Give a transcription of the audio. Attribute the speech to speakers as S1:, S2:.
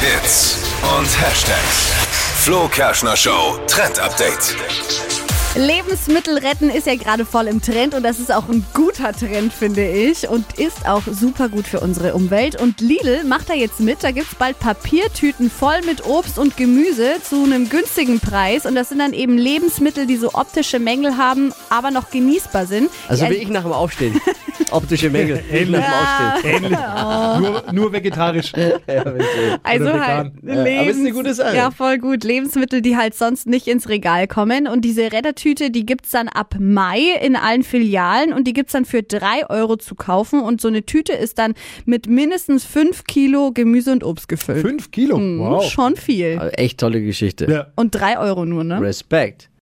S1: Hits und Hashtags. Flo Kerschner Show Trend Update.
S2: Lebensmittel retten ist ja gerade voll im Trend und das ist auch ein guter Trend, finde ich. Und ist auch super gut für unsere Umwelt. Und Lidl macht da jetzt mit. Da gibt's bald Papiertüten voll mit Obst und Gemüse zu einem günstigen Preis. Und das sind dann eben Lebensmittel, die so optische Mängel haben, aber noch genießbar sind.
S3: Also
S2: Ja,
S3: wie ich nach dem Aufstehen. Optische Mängel. Ich nach dem Aufstehen.
S4: Ähnlich. Nur, nur vegetarisch.
S3: Ja, wenn Sie-
S2: Also
S4: Oder
S2: halt
S4: vegan.
S3: Ja, aber ist eine gute Sache.
S2: Ja, voll gut. Lebensmittel, die halt sonst nicht ins Regal kommen. Und diese Rettertüte, die gibt's dann ab Mai in allen Filialen und die gibt's dann für drei Euro zu kaufen. Und so eine Tüte ist dann mit mindestens fünf Kilo Gemüse und Obst gefüllt.
S4: Fünf Kilo.
S2: Mhm,
S4: Wow.
S2: Schon viel.
S3: Also Aber Echt tolle Geschichte.
S4: Ja.
S2: Und drei Euro nur, ne?
S3: Respekt.